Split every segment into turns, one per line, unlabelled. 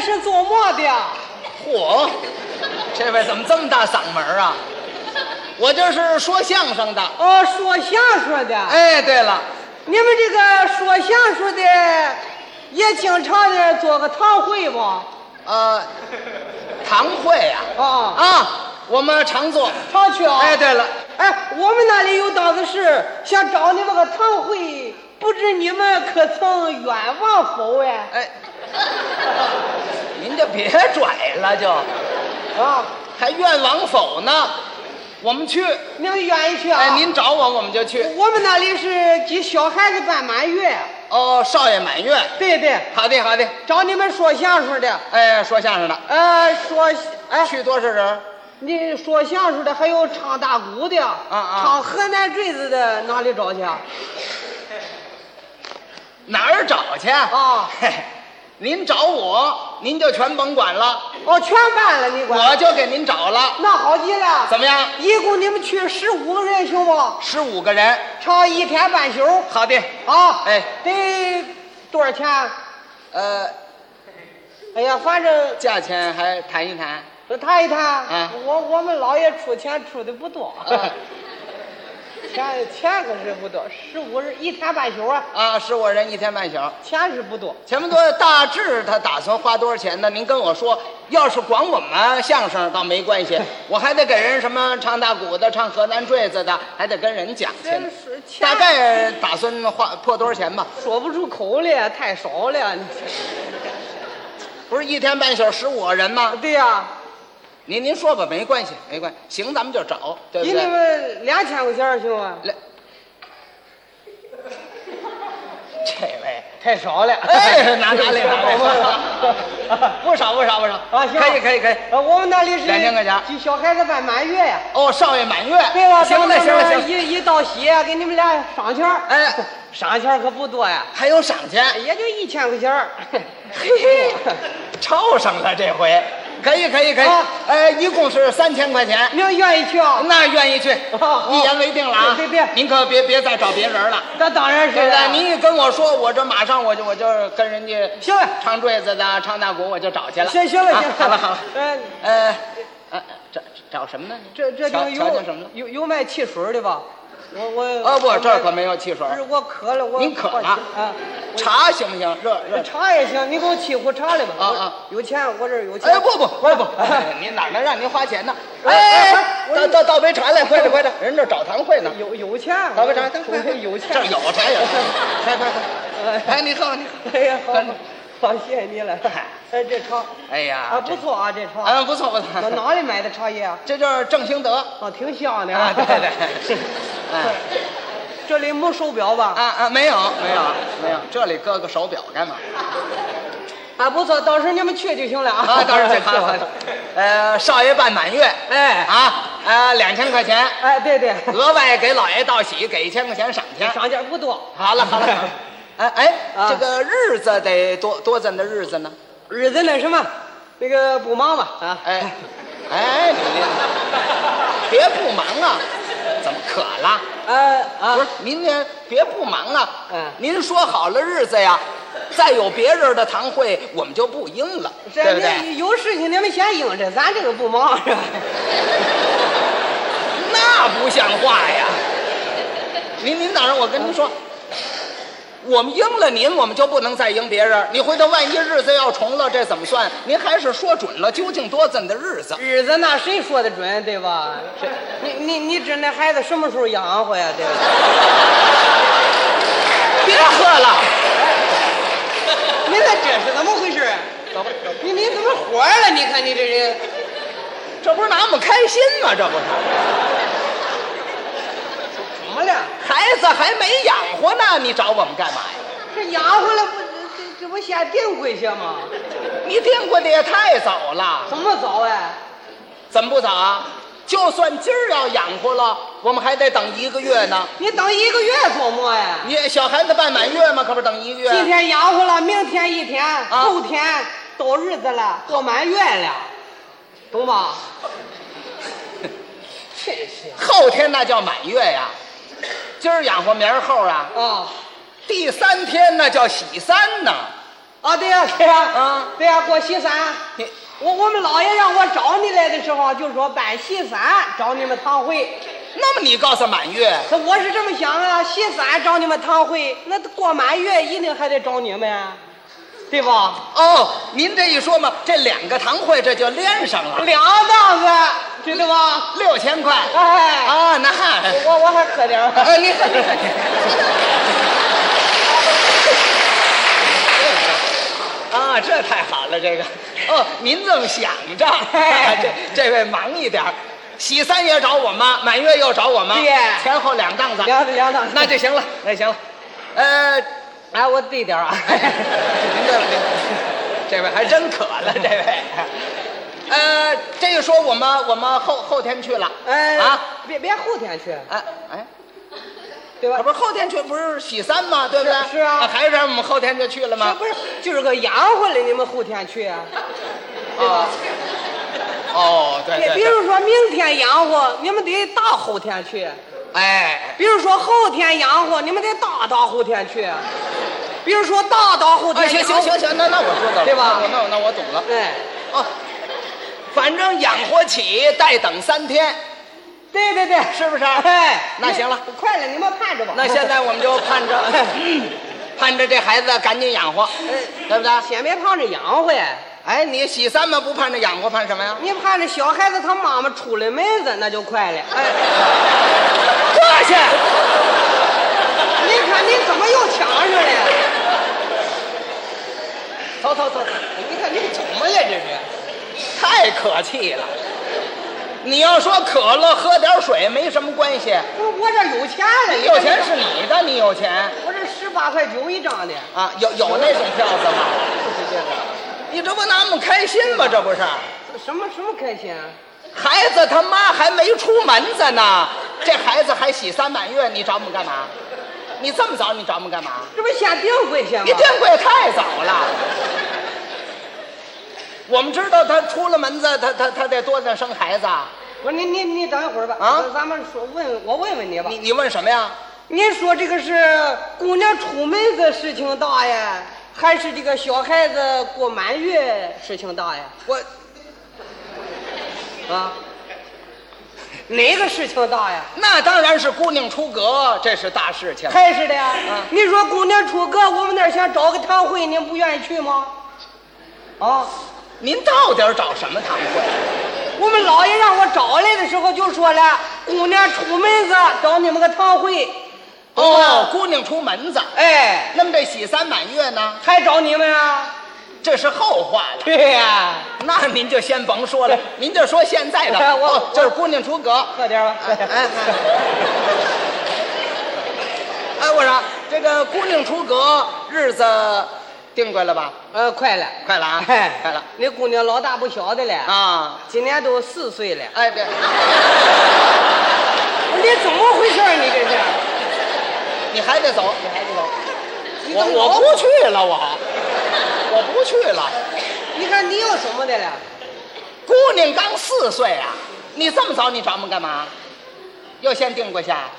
是做么的？
嚯，这位怎么这么大嗓门儿 啊？我就是说相声的。
哦，说相声的。
哎，对了，
你们这个说相声的也经常的做个堂会不？哦
呃，堂会呀、
啊，
啊，我们常做。
常去啊。
哎，对了，
哎，我们那里有档子事，想找你们个堂会，不知你们可曾冤枉否哎？
哎，您就别拽了就，
啊，
还愿往否呢？我们去，
你们愿意去啊？
哎，您找我我们就去。
我们那里是给小孩子办满月，
哦，少爷满月，
对对，
好的好的。
找你们说相声的，
哎，说相声的，
呃，说哎，
去多少人？
你说相声的，还有唱大鼓的，啊
啊
唱河南坠子的，哪里找去啊？
哪儿找去？
啊，
嘿， 您找我，您就全甭管了，
哦，全办了，你管？
我就给您找了，
那好极了，
怎么样？
一共你们去十五个人行不？
十五个人，
唱一天半宿，
好的，
啊，
哎
得多少钱？
呃，
哎呀，反正
价钱还谈一谈。
谈一谈，
啊
我我们老爷出钱出的不多，
啊
钱钱可是不多，十五人一天半宿啊，
啊，十五人一天半宿。
钱是不多。
前面多大致他打算花多少钱呢？您跟我说，要是管我们相声倒没关系，我还得给人什么唱大鼓的、唱河南坠子的，还得跟人讲去呢
真。是钱
大概打算花破多少钱吧？
说不出口了，太少了。你
不是一天半宿十五个人吗？
对呀、
您您说吧，没关系，没关系，行，咱们就找，对不
给
对
你？们两千块钱行吗？
来，这位，
太少了。
哎， 拿拿来 拿来，
啊，
不少不少不少
行，呃
可以可以可以。
我们那里是
两千块钱
给小孩子办满月呀。
哦，少爷满月，
对了，
行了
咱们
行了行了，
一一道喜啊，给你们俩赏钱儿
哎，
赏钱儿可不多呀，
还有赏钱，
也就一千块钱儿
嘿嘿，超上了这回，可以可以可以
啊，
呃，一共是三千块钱，
你 要愿意去啊？
那愿意去，
好
一言为定了啊，
别别别
您可别别再找别人了。
那当然是
对不
了
对？。您一跟我说，我这马上我就我就跟人家
行了，
唱坠子的、唱大鼓，我就找去了。
行行了
啊
行了，
好了好了。
嗯，
呃，呃，找找什么呢？
这这
瞧
就
瞧见什么
有
了？
有有卖汽水的吧？我我
哦不，
我
这儿可没有汽水
不。是我渴了，我
您渴
我
了
啊？我哎
茶行不行？热热。
茶也行，你给我沏壶茶来吧。
啊
我
啊
有钱，我这儿有钱。
哎，不不不不
哎，
您哪能让您花钱呢？
哎
哎
哎，我
倒倒倒杯茶来，快点快点，人这找堂会呢。
有有钱，啊
倒杯茶，倒
我
快
这
快
有钱。
这儿有茶有。快快
哎
快！哎，你喝吧你喝。
哎呀，好，好，谢谢你了。哎，这茶
哎呀，
啊不错啊，这茶。
嗯，不错不
我
错。
哪里买的茶叶啊？
这就是郑兴德。
啊，挺香的
啊，对对， 是，哎，
这里没手表吧？
啊啊，没有没有没有，这里搁个手表干嘛？
啊，不错，到时候你们去就行了啊。
啊，当 然这好，呃，少爷办满月，
哎
啊，呃，两千块钱，
哎，对对，
额外给老爷道喜，给一千块钱赏钱。
赏钱不多，
哎好了好 了，好了哎哎，
啊
这个日子得多多咱的日子呢？
日子那什么，那个不忙吧？啊，
哎哎，你别不忙啊，怎么渴了？
呃
不
啊
是，您这别不忙啊。
嗯
您说好了日子呀，再有别人的堂会，我们就不应了，对
这
不对？
你有事情你们先应着，咱这个不忙 是吧？
那不像话呀！您您等着，我跟您说，我们应了您，我们就不能再应别人。你回头万一日子要重了，这怎么算？您还是说准了究竟多咱的日子。
日子那谁说的准，对吧？这你你你指那孩子什么时候养活呀？对 吧？
别喝了，
你那这是怎么回事？
走吧，走吧
你你怎么活了？你看你这人，
这不是拿我们开心吗？这不是。
怎么了？
孩子还没养活呢，你找我们干嘛呀？
这养活了不这这这不先定规去吗？
你订婚的也太早了，
怎么早哎？
怎么不早啊？就算今儿要养活了，我们还得等一个月呢。
你等一个月做么呀？
你小孩子办满月嘛，可不是等一个月？啊
今天养活了，明天一天，后天到日子了，
啊
过满月了，懂吧？真是
后天那叫满月呀，今儿养活明儿后啊，
啊！
第三天那叫喜三呢。
啊、啊，对呀、对呀、
啊
对呀、过西山
你，
我我们老爷让我找你来的时候，就说办西山找你们堂会，
那么你告诉满月，
可我是这么想啊，西山找你们堂会，那过满月一定还得找你们啊，对吧？
哦，您这一说嘛，这两个堂会这就连上了，
两档子，知道吧？
六千块。
哎，
啊，那。
我我还喝点儿。
啊，你很厉害。啊，这太好了，这个哦，您这么想着，
哎
这这位忙一点儿，喜三也找我妈，满月又找我妈，
对
前后两档子，
两两档子，
那就行了，那行了，呃，
哎，我低点儿啊。
哎您这这位还真渴了，这位，呃，这一说我们我们后后天去了，
哎，
啊，
别别后天去，
哎哎。
对吧
啊，？不是后天去，不是喜三吗？对不对？
是是啊
还是让我们后天就去了
这
吗？
不是今儿个养活了你们后天去啊？对吧
啊？哦，对
比
对
比
对，
如说明天养活，你们得大后天去；
哎，
比如说后天养活，你们得大大后天去；比如说大大后
啊，
天
行
养活。
行行行，那那我知道了，啊
对吧
那我那我那我懂了。
哎，
哦，反正养活起，待等三天，
对对对，
是不是？
哎，
那行了，
快了，你们盼着吧。
那现在我们就盼着，盼着这 孩子赶紧养活，哎对不对？
哎先别盼着养活呀，
哎，你喜三吗？不盼着养活，盼什么呀？
你盼着小孩子他妈妈出了门子，那就快了。哎，
过去，
你看你怎么又抢上了？
走走走走。
你看你
你怎么呀？这是太可气了。你要说可乐喝点水没什么关系，
不是我这有钱了，
有钱是你的，你有钱
我这十八块九一张的，
啊，有有那种票子吗？你这不那么开心吗？这不是
这什么什么开心啊？
孩子他妈还没出门子呢，这孩子还喜三满月，你找我们干嘛？你这么早你找我们干嘛？
这不先订回去吗？
你订过也太早了。我们知道他出了门子，他他他得多大生孩子啊？
我说你你你等一会儿吧，
啊
咱们说问我问问你吧，
你你问什么呀？
您说这个是姑娘出门子事情大呀，还是这个小孩子过满月事情大呀？
我
啊，哪个事情大呀？
那当然是姑娘出阁，这是大事情。
还是的呀。
啊
你说姑娘出阁，我们那儿想找个堂会，您不愿意去吗？啊，
您到底儿找什么堂会？
我们老爷让我找来的时候就说了，姑娘出门子找你们个堂会。
哦，姑娘出门子。
哎，
那么这喜三满月呢？
还找你们啊？
这是后话了。
对呀、
那您就先甭说了，您就说现在的。
哎我
哦
我
就是姑娘出阁。
喝点吧，喝
哎
点。
哎哎，我说这个姑娘出阁日子定过了吧？
呃，快了，
快了啊，
哎，
快了
那姑娘老大不小的了，
啊！
今年都四岁了。
哎，这
你怎么回事儿？你这是？
你还得走。
你还知道？你
我
怎么
我
老
不去了，我我不去了。
你看你有什么的了？
姑娘刚四岁啊，你这么早你找我们干嘛？又先定过下？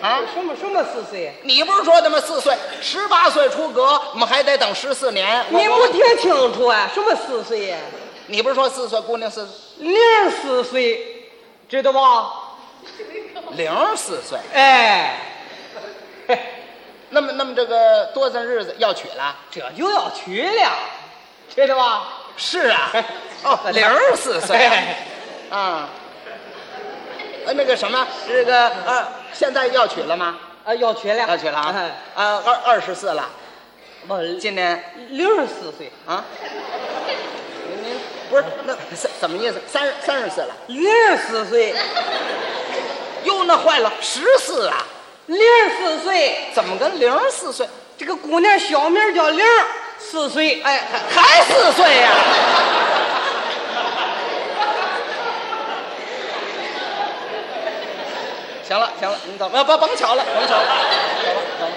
啊？
什么什么四岁？
你不是说的吗？四岁，十八岁出阁，我们还得等十四年。我
你不
我
听清楚啊？什么四岁呀、
你不是说四岁姑娘是
零四岁，知道吧？
零四岁？
哎，嘿
那么那么这个多大日子要娶了？
这就要娶了，知道吧？
是啊，哦，零四岁
哎
啊。呃，那个什么，这个呃，现在要娶了吗？
啊，要娶了，
要娶了啊
哎！
啊，二二十四了，
不，
今年
零四岁，
啊？您您不是那怎怎么意思？三十三十四了？
零四岁，
哟，那坏了，十四啊？
零四岁。
怎么跟零四岁？
这个姑娘小名叫玲儿，四岁。
哎，还还四岁呀、行了行了，你走吧，甭甭瞧了，甭瞧了，走吧走吧，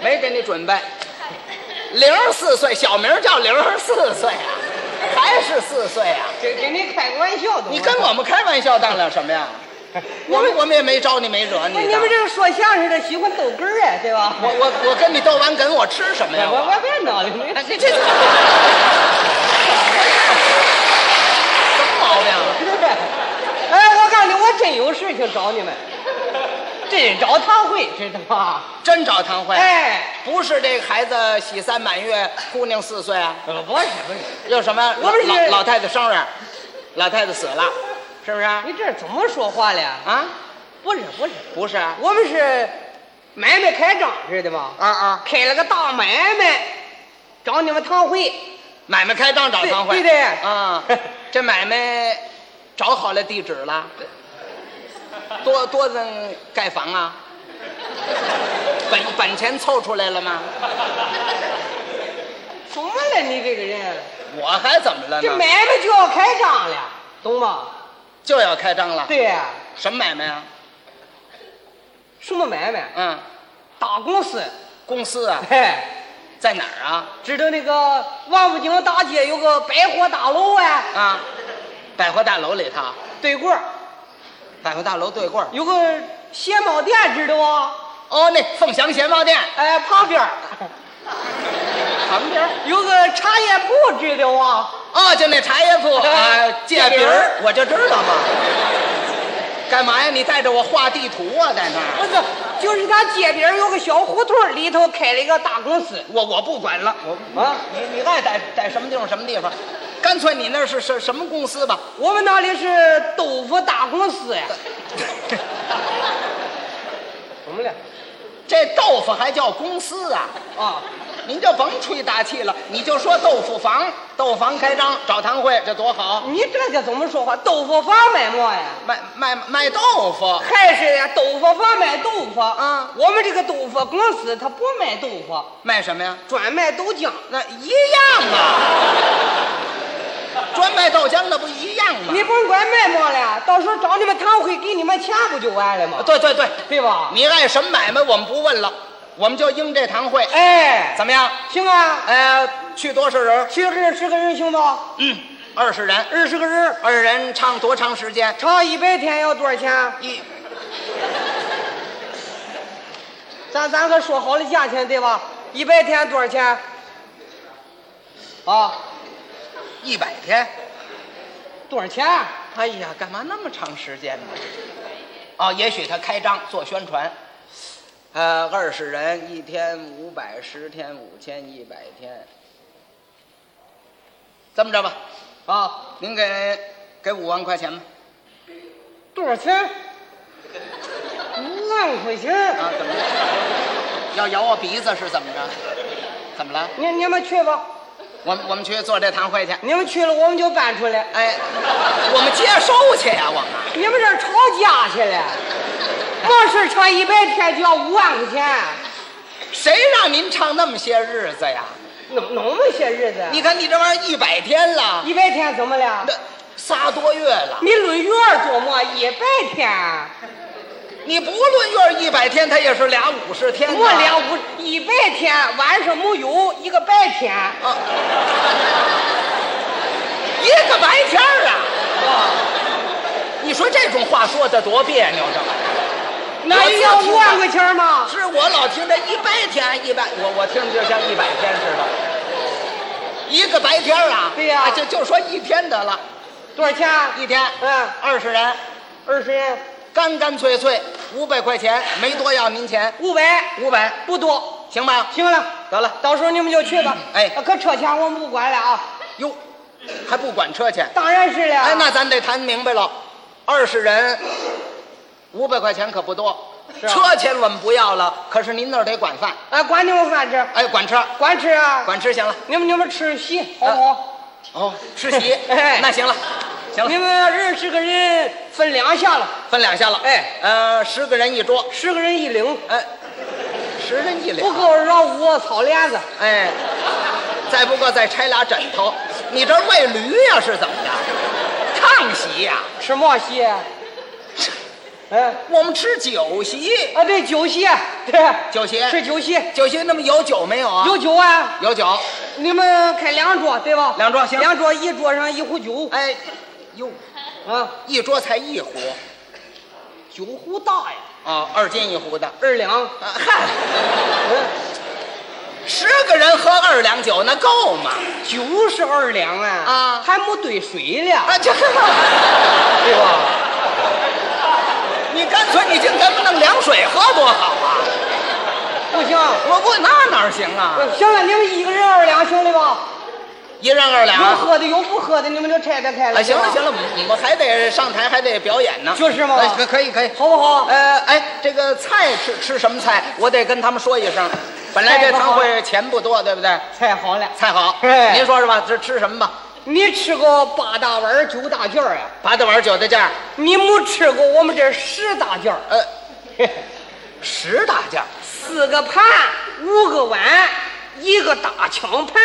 没给你准备。零四岁，小名叫零四岁啊，还是四岁啊？
这跟你开个玩笑的，
你跟我们开玩笑当了什么呀？我们我们也没招你，没惹你的。
哎你们这个说相声的喜欢逗哏儿哎，对吧？
我我我跟你斗完哏，我吃什么呀？
我
我
我别闹了，没
哎 这这什么毛病啊？
哎，我告诉你，我真有事情找你们，真找堂会，知道吗？
真找堂会？
哎，
不是这个孩子喜三满月，姑娘四岁啊？
呃不是不是，
有什么？
我们是
老老太太生日，老太太死了，是不是啊？
你这怎么说话了？
啊，
不是不是，
不是啊
我们是买卖开张似的嘛，
啊啊！
开了个大买卖，找你们堂会。
买卖开张找堂会，
对对对
啊，这买卖找好了地址了，多多人盖房啊，本本钱凑出来了吗？
怎么了？你这个人，啊
我还怎么了
这
呢
买？卖就要开张了，懂吗？
就要开张了，
对呀、
什么买卖啊？
什么买卖？
嗯，
大公司，
公司啊，
哎。
在哪儿啊？
知道那个王府井大街有个百货大楼啊，
啊，百货大楼里头，
对过儿
百货大楼对过儿
有个鞋帽店，知道不？
哦，那凤翔鞋帽店
哎，旁边儿
旁边儿。
有个茶叶铺，知道啊？
哦，就那茶叶 铺
哎
啊，借饼儿，我就知道嘛。干嘛呀？你带着我画地图啊，在那
不
儿？
是，就是他街边儿有个小胡同儿，里头开了一个大公司
我我不管了，我
啊。
你你爱在在什么地方什么地方，干脆你那是是什么公司吧？
我们那里是豆腐大公司呀。怎么了？
这豆腐还叫公司啊？
啊，
您就甭吹大气了，你就说豆腐房，豆腐房开张找堂会，这多好！
你这个怎么说话？豆腐坊买么呀？
卖卖卖豆腐，
还是呀，豆腐坊卖豆腐
啊
我们这个豆腐公司它不卖豆腐，
卖什么呀？
专卖豆浆。
那一样啊，专卖豆浆那不一样吗？
你甭管卖么了，到时候找你们堂会给你们钱不就完了吗？
对对对，
对吧？
你爱什么买卖，我们不问了，我们就应这堂会，
哎，
怎么样？
行啊，
呃，去多少人？
去二十个人行吧？
嗯，二十人。
二十个人，
二人唱多长时间？
唱一百天要多少钱？
一
咱咱可说好了价钱对吧？一百天多少钱？啊，
一百天。
多少钱？
哎呀，干嘛那么长时间呢？哦，也许他开张做宣传。呃，二十人一天五百，十天五千，一百天。这么着吧，
啊，
您给给五万块钱吧。
多少钱？五万块钱，
啊，怎 么着？要咬我鼻子是怎么着？怎么了？
你你们去吧，
我们我们去做这堂会去。
你们去了我们就搬出来，
哎，我们接收去呀、我们
你们这儿吵架去了，没事儿唱一百天就要五万块钱。
谁让您唱那么些日子呀？
能能么些日子？
你看你这玩意儿一百天了，
一百天怎么了？
那仨多月了，
你论月儿琢磨一百天，
你不论月一百天，它也是俩五十天。
我俩不一百天，晚上没有一个白天，
一个白天儿啊！你说这种话说的多别扭，这玩意儿。
那也要五万块钱吗？
是我老听着一百天一百，我我听着就像一百天似的。一个白天儿啊？
对呀
啊就就说一天得了，
多少钱？
一天，
嗯
二十人，
二十人，
干干脆脆五百块钱，没多要您钱，
五百，
五百
不多。
行吧？
行了，
得了，
到时候你们就去吧。啊
哎
可车钱我们不管了啊，
哟，还不管车钱？
当然是了。
哎，那咱得谈明白了，二十人五百块钱可不多，
是啊
车钱我们不要了，可是您那儿得管饭，
哎，管你们饭吃，
哎，管吃，
管吃啊。
管啊吃行了。
你们你们吃席好不好？
哦，吃席，
哎
那行了，行
你
了，
们二十个人分两下了，
分两下了。
哎，
呃，十个人一桌，
十个人一领。
哎，十人一
不
两，
够让我草帘子，
哎，再不够再拆俩枕头，你这喂驴呀是怎么着？炕席呀、
吃嘛席？哎，
我们吃酒席，
啊对，酒席，对，
酒席
吃酒席，
酒席那么有酒没有啊？
有酒啊，
有酒，
你们开两桌对吧？
两桌行
两桌一桌上一壶酒，
哎哎，哟，
啊，
一桌才一壶，
酒壶大呀，
啊，二斤一壶的。
二两。哎
啊嗨，十个人喝二两酒，那够吗？
九十二两啊，
啊
还没兑水呢，
啊，这，
对吧？
你干脆你就咱们弄凉水喝多好啊！
不行，
我不那哪行啊？
行了，你们一个人二两行了吧？
一人二两
有
啊！
喝的有不喝的，你们就拆得开了。
行了行
了，
了，我们还得上台，还得表演呢。
就是嘛
哎可可以可以。
好不好？
呃，哎，这个菜吃吃什么菜？我得跟他们说一声。本来这堂会钱不多，对不对？
太好了，
菜好，
哎
您说是吧？这吃什么吧？
你吃过八大碗儿九大件儿啊？
八大碗，九大件儿，
你没吃过我们这十大件儿，
呃， 十大件儿。
四个盘，五个碗，一个大枪盘，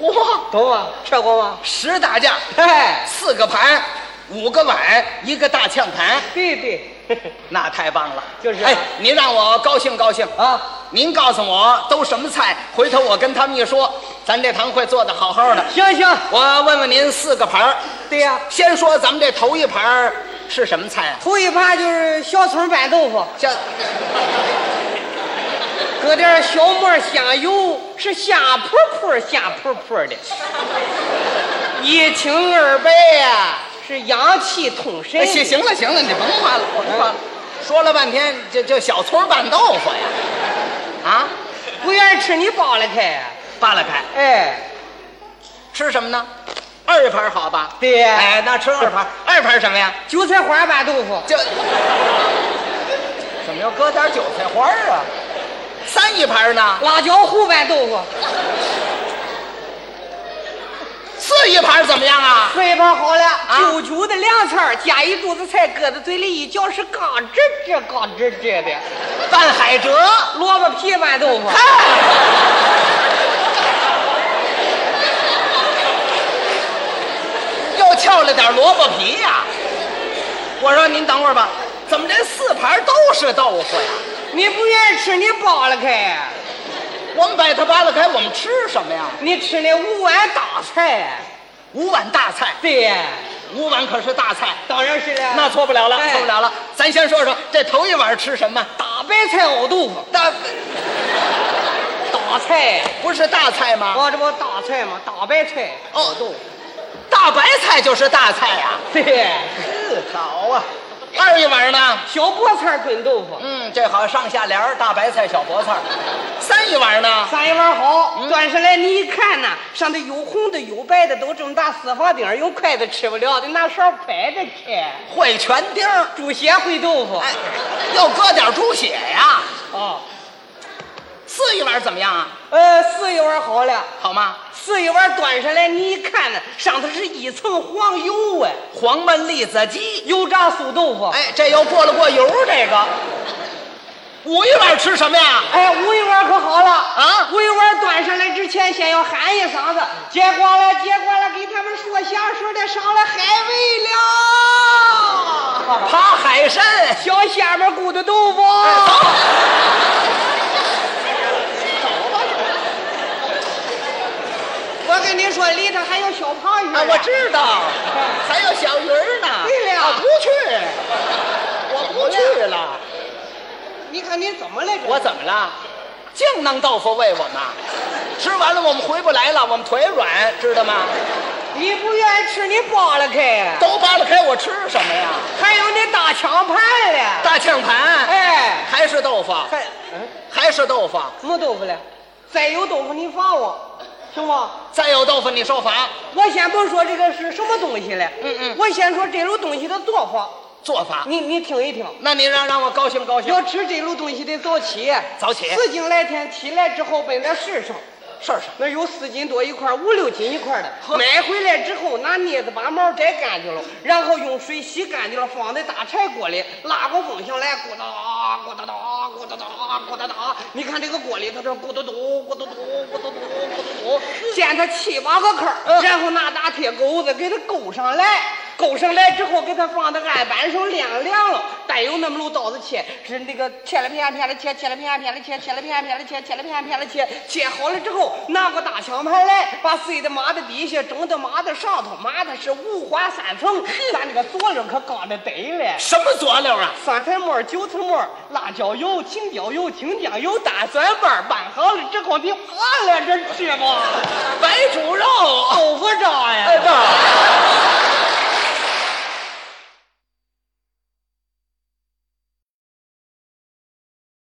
嚯，
懂吗？吃过吗？
十大件儿，
哎，
四个盘，五个碗，一个大炝盘，
对对，
那太棒了。
就是啊
哎，您让我高兴高兴。
啊，
您告诉我都什么菜，回头我跟他们一说，咱这堂会做得好好的。
行行，
我问问您四个盘儿，
对呀、
先说咱们这头一盘儿是什么菜啊？
头一盘就是小葱拌豆腐，
叫
搁点小磨香油，是香扑扑、香扑扑 的，一清二白呀、是阳气通神。
哎，行行了行了，你甭夸了，甭夸了。
嗯
说了半天，这这小葱拌豆腐呀，啊，
不愿意吃你扒拉开呀，
扒拉开，
哎，
吃什么呢？二盘儿好吧？
对呀
哎，那吃二盘儿，二盘儿什么呀？
韭菜花拌豆腐，
就怎么又搁点韭菜花儿啊？三一盘儿呢？
辣椒糊拌豆腐，
四一盘儿怎么样啊？
吃一盘好了，久久的凉菜儿夹一肚子菜，搁在嘴里一嚼是嘎吱吱嘎吱吱的。
拌海蜇，
萝卜皮拌豆
哎
腐，
又翘了点萝卜皮呀、我说您等会儿吧，怎么这四盘都是豆腐呀？
你不愿意吃你扒拉开呀，
我们把它扒拉开，我们吃什么呀？
你吃那五碗大菜，
五碗大菜，
对呀，
五碗可是大菜，
当然是了。
那错不了了，
哎
错不了了。咱先说说这头一碗吃什么？
大白菜熬豆腐，
大
大菜，
不是大菜吗？
我这不大菜吗？大白菜，
哦，对，大白菜就是大菜呀、
对，
嗯，好啊。二一碗呢？
小菠菜炖豆腐，
嗯，这好上下联儿大白菜、小菠菜。三一碗呢？
三一碗好，端上来你一看呐，上头有红的有白的，都这么大四方丁儿，用筷子吃不了，得拿勺掰着吃。
烩全丁儿。
猪血烩豆腐，
哎，又搁点猪血呀、
啊，
四一碗怎么样啊？
呃，四一碗好了。
好吗？
四一碗端上来，你一看呢，上头是一层黄油啊，
黄焖栗子鸡。
油炸素豆腐。
哎，这又过了过油，这个。五一碗吃什么呀？
哎，五一碗可好了
啊
五一碗端上来之前，先要喊一嗓子“接过来，接过来”，给他们说相声的上来海味了。
扒海参。
小下面咕的豆腐，
哎啊
我跟你说，里头还有小螃鱼。
哎，我。知道，还有小鱼儿呢。
对了
啊不去，我不去了。
你看你怎么来着？
我怎么了？净弄豆腐喂我们，吃完了我们回不来了，我们腿软，知道吗？
你不愿意吃，你扒拉开。
都扒拉开，我吃什么呀？
还有那大枪盘嘞。
大炝盘，
哎，
还是豆腐，
还嗯。
还是豆腐。
没豆腐了，再有豆腐你罚我，行吗？
再有豆腐你受罚。
我先不说这个是什么东西了，
嗯嗯
我先说这种东西的做法，
做法。
你你听一听。
那您让让我高兴高兴
要。吃这种东西得早起，
早起
四更来天起来之后奔那市上，
事儿上
那有四斤多一块，五六斤一块
呵
的，买回来之后拿镊子把毛摘干净了，然后用水洗干净了，放在大柴锅里，拉过风箱来，咕哒哒咕哒哒咕哒哒咕哒哒，你看这个锅里头这咕嘟嘟咕嘟嘟咕嘟嘟咕嘟嘟，见它七八个坑儿，然后拿大铁钩子给它勾上来，勾上来之后给它放到案板上晾晾了，待真有那么路刀子切，是那个切了片片了切，切了片片了切，切了片片了切，切了片片了切，切好了之后拿个大枪盘来，把碎的码在底下，整的码在上头，码的是五花三层，咱这个佐料可刚的得了。
什么佐料啊？
酸菜末、韭菜末、辣椒油、青椒油、京酱油、大蒜瓣儿拌好了之后，你扒拉着吃吧。
白